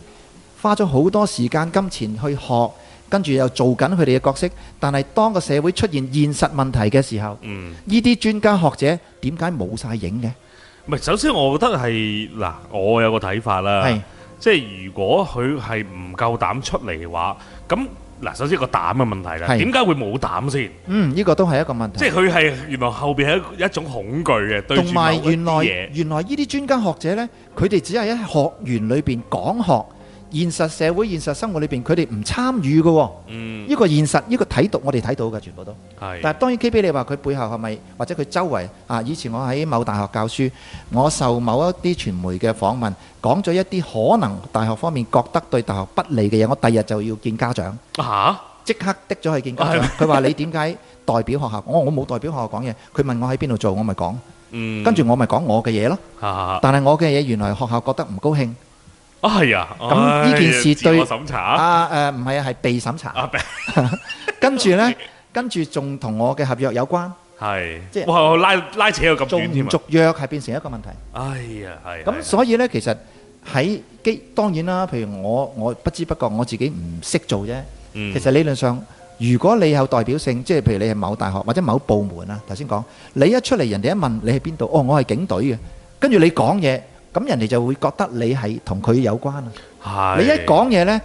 Speaker 2: 花咗好多時間金錢去學，跟住又做緊佢哋嘅角色。但係當個社會出現現實問題嘅時候，
Speaker 1: 嗯。
Speaker 2: 呢啲專家學者點解冇晒影嘅？
Speaker 1: 唔係，首先我覺得係嗱，我有個睇法啦，
Speaker 2: 係
Speaker 1: 即係如果佢係唔夠膽出嚟嘅話，咁嗱，首先個膽嘅問題啦，
Speaker 2: 係
Speaker 1: 點解會冇膽先？
Speaker 2: 嗯，呢個都係一個問題。
Speaker 1: 即係佢係原來後邊係一一種恐懼嘅，對住
Speaker 2: 同
Speaker 1: 某
Speaker 2: 埋
Speaker 1: 一
Speaker 2: 原來
Speaker 1: 啲嘢。
Speaker 2: 原來呢啲專家學者呢，佢哋只係喺學員裏邊講學，現實社會、現實生活裏邊佢哋唔參與嘅喎。
Speaker 1: 嗯，
Speaker 2: 呢個現實，呢個睇到我哋睇到嘅全部都。但
Speaker 1: 係
Speaker 2: 係當然 K B 你話佢背後係咪或者佢周圍啊？以前我喺某大學教書，我受某一啲傳媒嘅訪問，講咗一啲可能大學方面覺得對大學不利嘅嘢，我第日就要見家長。
Speaker 1: 嚇，
Speaker 2: 即刻的咗去見家長。佢話你點解代表學校？我我冇代表學校講嘢。佢問我喺邊度做，我咪講，
Speaker 1: 嗯，
Speaker 2: 跟住我咪講我嘅嘢咯。
Speaker 1: 嚇嚇嚇
Speaker 2: 但係我嘅嘢原來學校覺得唔高興。
Speaker 1: 啊係啊，
Speaker 2: 咁呢件事
Speaker 1: 唉自我
Speaker 2: 對
Speaker 1: 審查
Speaker 2: 啊誒，唔係啊，係被審查。
Speaker 1: 啊，
Speaker 2: *laughs* 跟住呢，跟住仲同我嘅合約有關，
Speaker 1: 係
Speaker 2: 即係
Speaker 1: 哇，我拉拉扯到咁
Speaker 2: 做
Speaker 1: 遠添
Speaker 2: 唔
Speaker 1: 啊！
Speaker 2: 續約係變成一個問題。
Speaker 1: 哎呀，係
Speaker 2: 咁
Speaker 1: 係
Speaker 2: 所以呢，其實喺機當然啦，譬如我我不知不覺我自己唔識做啫。
Speaker 1: 嗯
Speaker 2: 其實理論上，如果你有代表性，即係譬如你係某大學或者某部門啊，頭先講，你一出嚟人哋一問你係邊度，哦，我係警隊嘅，跟住你講嘢，咁人哋就會覺得你係同佢有關啊。
Speaker 1: 係
Speaker 2: 你一講嘢呢，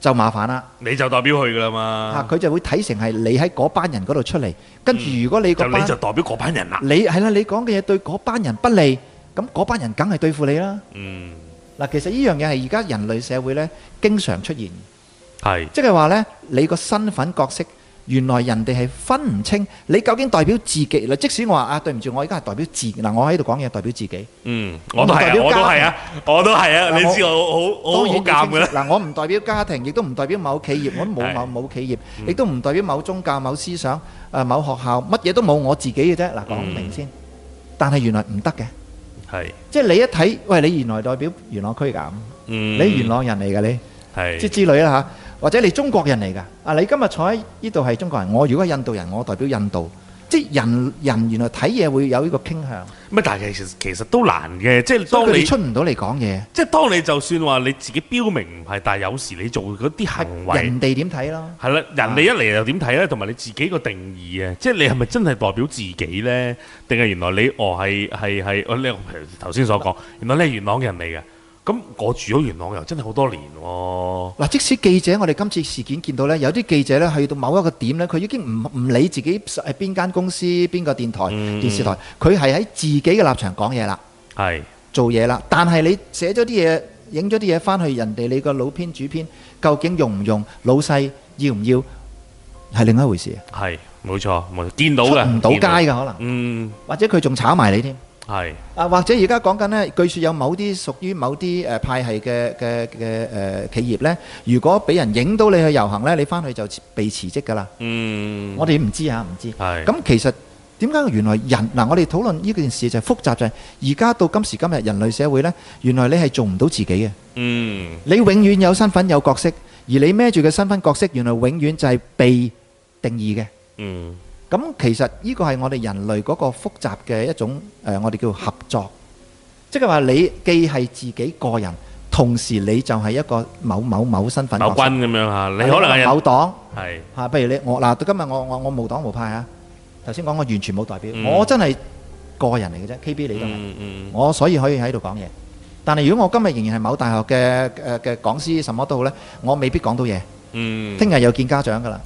Speaker 2: 就麻煩啦。
Speaker 1: 你就代表佢噶啦
Speaker 2: 啊
Speaker 1: 嘛，
Speaker 2: 佢就會睇成係你喺嗰班人嗰度出嚟，跟住如果你
Speaker 1: 就
Speaker 2: 嗰
Speaker 1: 你
Speaker 2: 班
Speaker 1: 就代表嗰班人啦。
Speaker 2: 你係啦，你講嘅嘢對嗰班人不利，咁嗰班人梗係對付你啦。
Speaker 1: 嗯，
Speaker 2: 嗱，其實呢樣嘢係而家人類社會呢經常出現，
Speaker 1: 係
Speaker 2: 即係話呢，你個身份角色原來人哋係分唔清你究竟代表自己啦。即使我話啊，對唔住，我而家係代表自己嗱，我喺度講嘢代表自己，
Speaker 1: 嗯，我都係啊，
Speaker 2: 我
Speaker 1: 我都
Speaker 2: 代表
Speaker 1: 係啊，我都係啊，
Speaker 2: 嗱
Speaker 1: 你
Speaker 2: 我
Speaker 1: 知我好好好
Speaker 2: 當然
Speaker 1: 尷
Speaker 2: 要
Speaker 1: 嘅啦
Speaker 2: 清晰。嗱，我唔代表家庭，亦都唔代表某企業，我都冇某某企業，亦都唔代表某宗教、某思想、誒某學校，乜嘢都冇，我自己嘅啫。嗱，講明先，但係原來唔得嘅，
Speaker 1: 係，
Speaker 2: 即係你一睇，喂，你原來代表元朗區㗎，
Speaker 1: 嗯，
Speaker 2: 你元朗人嚟㗎你。之
Speaker 1: 係
Speaker 2: 之類啦嚇，或者你中國人嚟㗎，啊你今日坐喺呢度係中國人，我如果係印度人，我代表印度，即係人人原來睇嘢會有呢個傾向，
Speaker 1: 咩？啊但係其實其實都難嘅，即係
Speaker 2: 所以
Speaker 1: 當
Speaker 2: 佢
Speaker 1: 你
Speaker 2: 哋出唔到嚟講嘢，
Speaker 1: 即係當你就算話你自己標明唔係，但係有時你做嗰啲行為。
Speaker 2: 人哋點睇咯？
Speaker 1: 係啦，人哋一嚟又點睇咧？同埋你自己個定義啊，即係你係咪真係代表自己呢？定係原來你哦係係係，哦你譬如頭先所講，原來你係元朗人嚟嘅。咁我住咗元朗又真係好多年喎、
Speaker 2: 嗱，即使記者，我哋今次事件見到呢，有啲記者呢去到某一個點呢，佢已經唔唔理自己係邊間公司、邊個電台、
Speaker 1: 嗯
Speaker 2: 電視台，佢係喺自己嘅立場講嘢啦。
Speaker 1: 係
Speaker 2: 做嘢啦，但係你寫咗啲嘢、影咗啲嘢翻去人哋你個老編主編，究竟用唔用？老細要唔要？係另一回事，
Speaker 1: 係冇錯，冇錯見到
Speaker 2: 出
Speaker 1: 嘅，
Speaker 2: 唔到街
Speaker 1: 見
Speaker 2: 嘅可能，
Speaker 1: 嗯，
Speaker 2: 或者佢仲炒埋你添。
Speaker 1: 係
Speaker 2: 啊，或者而家講緊呢，據說有某啲屬於某啲誒派系嘅嘅嘅誒企業呢，如果俾人影到你去遊行呢，你翻去就被辭職㗎啦。
Speaker 1: 嗯，
Speaker 2: 我哋唔知啊，唔知。
Speaker 1: 係
Speaker 2: 咁其實點解原來人嗱，我哋討論呢件事就係複雜，就係而家到今時今日人類社會呢，原來你係做唔到自己嘅。
Speaker 1: 嗯
Speaker 2: 你永遠有身份有角色，而你孭住嘅身份角色，原來永遠就係被定義嘅。
Speaker 1: 嗯
Speaker 2: 咁其實呢個係我哋人類嗰個複雜嘅一種誒、呃我哋叫合作，即係話你既係自己個人，同時你就係一個某某某身份
Speaker 1: 某
Speaker 2: 角色
Speaker 1: 軍咁樣嚇，你可能係
Speaker 2: 某
Speaker 1: 人
Speaker 2: 黨
Speaker 1: 係
Speaker 2: 嚇，譬如你我嗱，到今日我我我無黨無派啊，頭先講我完全冇代表，
Speaker 1: 嗯
Speaker 2: 我真係個人嚟嘅啫，KB 你都係。
Speaker 1: 嗯嗯
Speaker 2: 我所以可以喺度講嘢。但係如果我今日仍然係某大學嘅誒嘅講師，什麼都好呢，我未必講到嘢。
Speaker 1: 嗯 *laughs*
Speaker 2: 聽日又見家長㗎啦。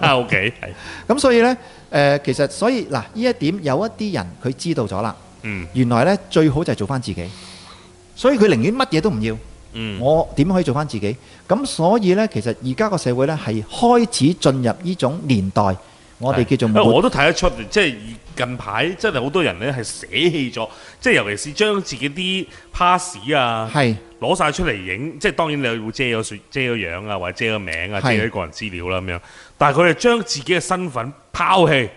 Speaker 1: ，OK 係
Speaker 2: 咁所以呢，誒、其實所以嗱，呢一點有一啲人佢知道咗啦，
Speaker 1: 嗯
Speaker 2: 原來呢，最好就係做翻自己。所以佢寧願乜嘢都唔要，
Speaker 1: 嗯
Speaker 2: 我點可以做翻自己？咁所以呢，其實而家個社會呢，係開始進入呢種年代，我哋
Speaker 1: 係
Speaker 2: 叫做
Speaker 1: 因為
Speaker 2: 末
Speaker 1: 我都睇得出，即係近排真係好多人咧係捨棄咗，即係尤其是將自己啲 pass 啊
Speaker 2: 係
Speaker 1: 攞晒出嚟影，即係當然你會遮咗雪、遮咗樣啊，或者遮咗名啊、遮
Speaker 2: 係
Speaker 1: 咗個人資料啦咁樣。但係佢哋將自己嘅身份拋棄，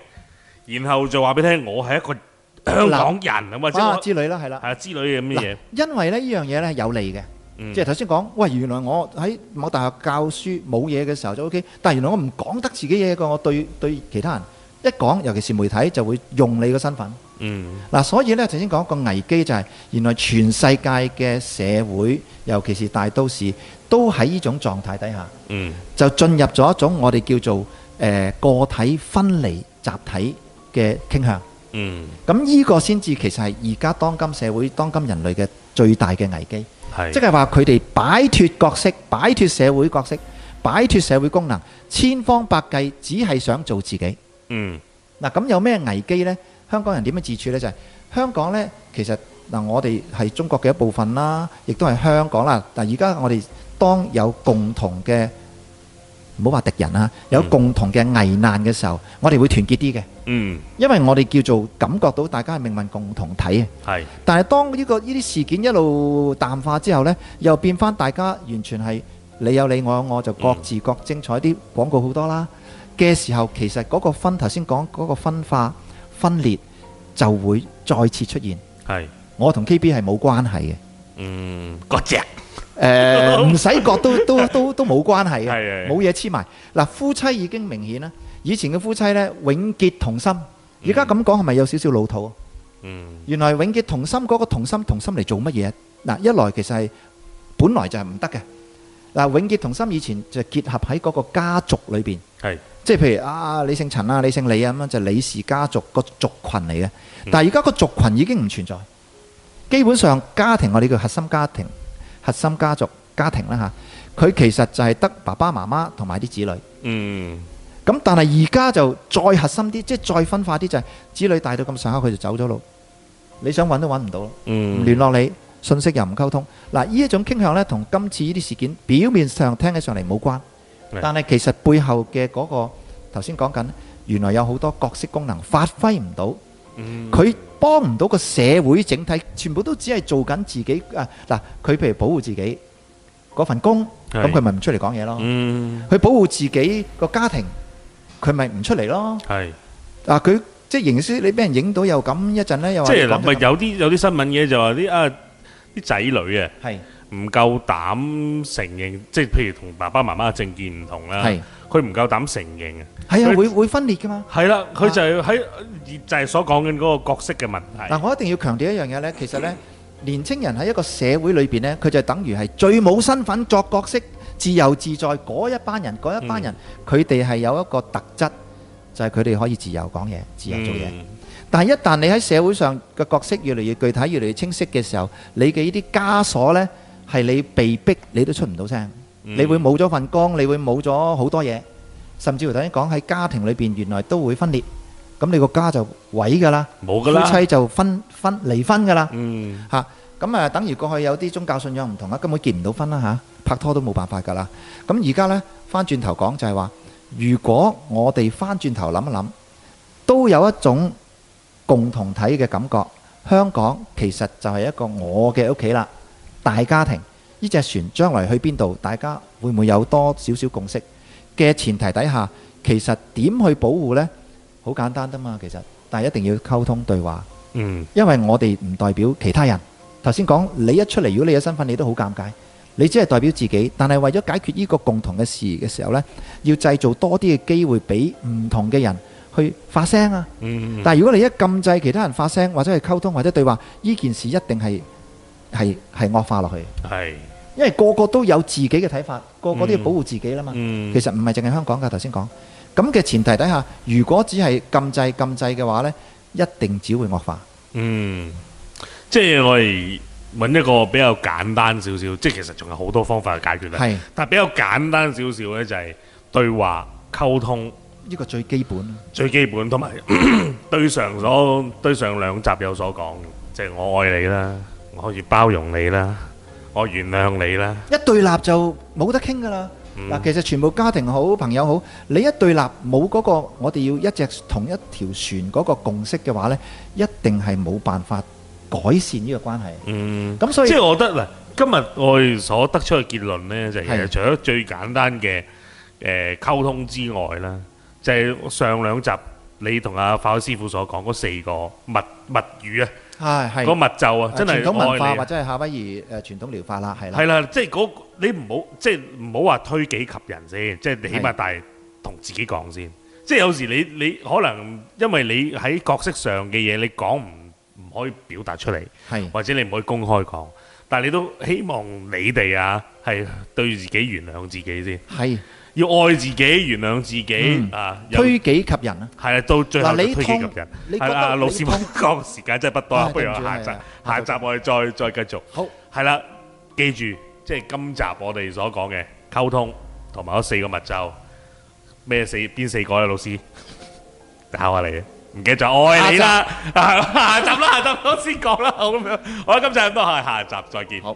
Speaker 1: 然後就話俾你聽，我係一個香港人啊，或者
Speaker 2: 啊
Speaker 1: 我係
Speaker 2: 之類啦，係啦。
Speaker 1: 啊之類嘅咁嘅嘢
Speaker 2: 嗱。，因為咧呢樣嘢咧有利嘅。
Speaker 1: 嗯
Speaker 2: 即係頭先講，喂，原來我喺某大學教書冇嘢嘅時候就 O K，但係原來我唔講得自己嘢嘅，我對對其他人一講，尤其是媒體就會用你個身份。
Speaker 1: 嗯
Speaker 2: 嗱，所以呢，頭先講個危機就係、原來全世界嘅社會，尤其是大都市，都喺呢種狀態底下，
Speaker 1: 嗯
Speaker 2: 就進入咗一種我哋叫做誒、呃、個體分離集體嘅傾向。
Speaker 1: 嗯，
Speaker 2: 咁呢個先至其實係而家當今社會、當今人類嘅最大嘅危機。
Speaker 1: 嗯係
Speaker 2: 即係話佢哋擺脱角色、擺脱社會角色、擺脱社會功能，千方百計，只係想做自己。
Speaker 1: 嗯
Speaker 2: 嗱，咁有咩危機呢？香港人點樣自處呢？就係、香港呢，其實嗱，我哋係中國嘅一部分啦，亦都係香港啦。但而家我哋當有共同嘅唔好話敵人啦，有
Speaker 1: 嗯
Speaker 2: 共同嘅危難嘅時候，我哋會團結啲嘅，
Speaker 1: 嗯
Speaker 2: 因為我哋叫做感覺到大家係命運共同體啊。
Speaker 1: 係
Speaker 2: 但係當呢、個呢啲事件一路淡化之後呢，又變翻大家完全係你有你，我有我，就各自各精彩啲廣告好多啦嘅時候，其實嗰個分頭先講嗰個分化分裂就會再次出現。
Speaker 1: 係
Speaker 2: 我同 KB 係冇關 *laughs* 係嘅，
Speaker 1: 嗯嗰只
Speaker 2: 誒唔使覺都都都都冇關係
Speaker 1: 係係
Speaker 2: 嘅，冇嘢黐埋。嗱，夫妻已經明顯啦，以前嘅夫妻呢，永結同心，而家咁講係咪有少少老土啊？
Speaker 1: 嗯
Speaker 2: 原來永結同心嗰個同心同心嚟做乜嘢？嗱，一來其實係本來就係唔得嘅。嗱，永結同心以前就結合喺嗰個家族裏邊，
Speaker 1: 係
Speaker 2: 即係譬如啊，你姓陳啊，你姓李啊咁樣，就李氏家族個族群嚟嘅。但係而家個族群已經唔存在，基本上家庭我哋叫核心家庭、核心家族家庭啦嚇。佢其實就係得爸爸媽媽同埋啲子女。
Speaker 1: 嗯，
Speaker 2: 咁但係而家就再核心啲，即係再分化啲，就係、子女大到咁上下，佢就走咗路，你想揾都揾唔到咯。
Speaker 1: 嗯，
Speaker 2: 唔聯絡你，信息又唔溝通。嗱，呢一種傾向呢，同今次呢啲事件表面上聽起上嚟冇關
Speaker 1: 係，
Speaker 2: 但係其實背後嘅嗰、個頭先講緊，原來有好多角色功能發揮唔到，
Speaker 1: 嗯，
Speaker 2: 佢幫唔到個社會整體，全部都只係做緊自己啊！嗱，佢譬如保護自己嗰份工，
Speaker 1: 係
Speaker 2: 咁佢咪唔出嚟講嘢咯。
Speaker 1: 嗯，
Speaker 2: 佢保護自己個家庭，佢咪唔出嚟咯。
Speaker 1: 係。
Speaker 2: 啊，佢即係形式，你俾人影到又咁，一陣呢又話
Speaker 1: 即係
Speaker 2: 你講
Speaker 1: 嗱，咪
Speaker 2: 咗
Speaker 1: 有啲有啲新聞嘅就話啲啊啲仔女啊
Speaker 2: 咁係
Speaker 1: 唔夠膽承認，即係譬如同爸爸媽媽嘅政見唔同啦，
Speaker 2: 係
Speaker 1: 佢唔夠膽承認啊，
Speaker 2: 係啊，
Speaker 1: 佢
Speaker 2: 會會分裂噶嘛。
Speaker 1: 係啦，佢
Speaker 2: 啊
Speaker 1: 就係喺就係所講緊嗰個角色嘅問題，
Speaker 2: 嗱，我一定要強調一樣嘢咧，其實咧，年青人喺一個社會裏邊咧，佢就等於係最冇身份作角色、自由自在嗰一班人，嗰一班人佢哋係有一個特質，就係佢哋可以自由講嘢、自由做嘢。
Speaker 1: 嗯
Speaker 2: 但係一旦你喺社會上嘅角色越嚟越具體、越嚟越清晰嘅時候，你嘅呢啲枷鎖咧係你被逼，你都出唔到聲，
Speaker 1: 嗯
Speaker 2: 你會冇咗份工，你會冇咗好多嘢，甚至乎頭先講喺家庭裏邊原來都會分裂，咁你個家就毀㗎啦。
Speaker 1: 冇㗎
Speaker 2: 夫
Speaker 1: 啦，
Speaker 2: 妻就分分離婚㗎啦
Speaker 1: 嗯
Speaker 2: 嚇。咁啊，等於過去有啲宗教信仰唔同啦，啊根本結唔到婚啦嚇、拍拖都冇辦法㗎啦。咁而家呢，翻轉頭講就係話，如果我哋翻轉頭諗一諗，都有一種共同體嘅感覺。香港其實就係一個我嘅屋企啦，大家庭。呢只船將來去邊度，大家會唔會有多少少共識嘅前提底下，其實點去保護呢？好簡單啫嘛，其實，但係一定要溝通對話。
Speaker 1: 嗯
Speaker 2: 因為我哋唔代表其他人。頭先講你一出嚟，如果你嘅身份你都好尷尬，你只係代表自己。但係為咗解決呢個共同嘅事嘅時候呢，要製造多啲嘅機會俾唔同嘅人去發聲啊！
Speaker 1: 嗯，
Speaker 2: 但係如果你一禁制其他人發聲，或者係溝通，或者對話，呢件事一定係係係惡化落去，
Speaker 1: 係
Speaker 2: 因為個個都有自己嘅睇法，個個都要保護自己啦嘛。
Speaker 1: 嗯
Speaker 2: 其實唔係淨係香港㗎，頭先講咁嘅前提底下，如果只係禁制禁制嘅話呢，一定只會惡化。
Speaker 1: 嗯，即係我哋揾一個比較簡單少少，即係其實仲有好多方法去解決啦，
Speaker 2: 係。
Speaker 1: 但係比較簡單少少咧就係對話溝通。
Speaker 2: 呢個最基本。
Speaker 1: 最基本，同埋 *coughs* 對上所對上兩集有所講，即係我愛你啦，我越包容你啦，我原諒你啦，
Speaker 2: 一對立就冇得傾噶啦。嗱、其實全部家庭好、朋友好，你一對立冇嗰、個，我哋要一隻同一條船嗰個共識嘅話呢，一定係冇辦法改善呢個關係。
Speaker 1: 嗯，
Speaker 2: 咁所以
Speaker 1: 即係我覺得嗱，今日我哋所得出嘅結論呢，就係、
Speaker 2: 係
Speaker 1: 其實除咗最簡單嘅誒、呃、溝通之外啦，就係、上兩集你同阿法海師傅所講嗰四個密密語啊，
Speaker 2: 係係
Speaker 1: 嗰密咒啊，真
Speaker 2: 傳統文
Speaker 1: 係愛
Speaker 2: 化
Speaker 1: 你
Speaker 2: 或
Speaker 1: 啊。
Speaker 2: 者係夏威夷誒、呃、傳統療法啦，係啦
Speaker 1: 係。啦，即係嗰你唔好即係唔好話推己及人先，即係你起碼
Speaker 2: 係
Speaker 1: 但係同自己講先。即係有時你你可能因為你喺角色上嘅嘢，你講唔唔可以表達出嚟，
Speaker 2: 係
Speaker 1: 或者你唔可以公開講，但係你都希望你哋啊係對自己原諒自己先，
Speaker 2: 係
Speaker 1: 要愛自己原諒自己
Speaker 2: 嗯
Speaker 1: 啊。有
Speaker 2: 推己及人啊！
Speaker 1: 係啊，到最後
Speaker 2: 嗱你
Speaker 1: 就推己及
Speaker 2: 痛
Speaker 1: 人。
Speaker 2: 你覺
Speaker 1: 係
Speaker 2: 得
Speaker 1: 啦，啊
Speaker 2: 你
Speaker 1: 老 *laughs* 師傅
Speaker 2: 痛
Speaker 1: 講時間真係不多啦，
Speaker 2: 啊
Speaker 1: 不如
Speaker 2: 對唔住
Speaker 1: 下集
Speaker 2: 係啊
Speaker 1: 下集我哋再再繼續。
Speaker 2: 好，
Speaker 1: 係啦，記住，即係今集我哋所講嘅溝通同埋嗰四個密咒，咩四邊四個咧？老師， *laughs* 考下你，唔記得就愛你 *laughs* 啦。啊下集啦，下集我先講啦，好咁樣。好啦，今集咁多，下下集再見。
Speaker 2: 好。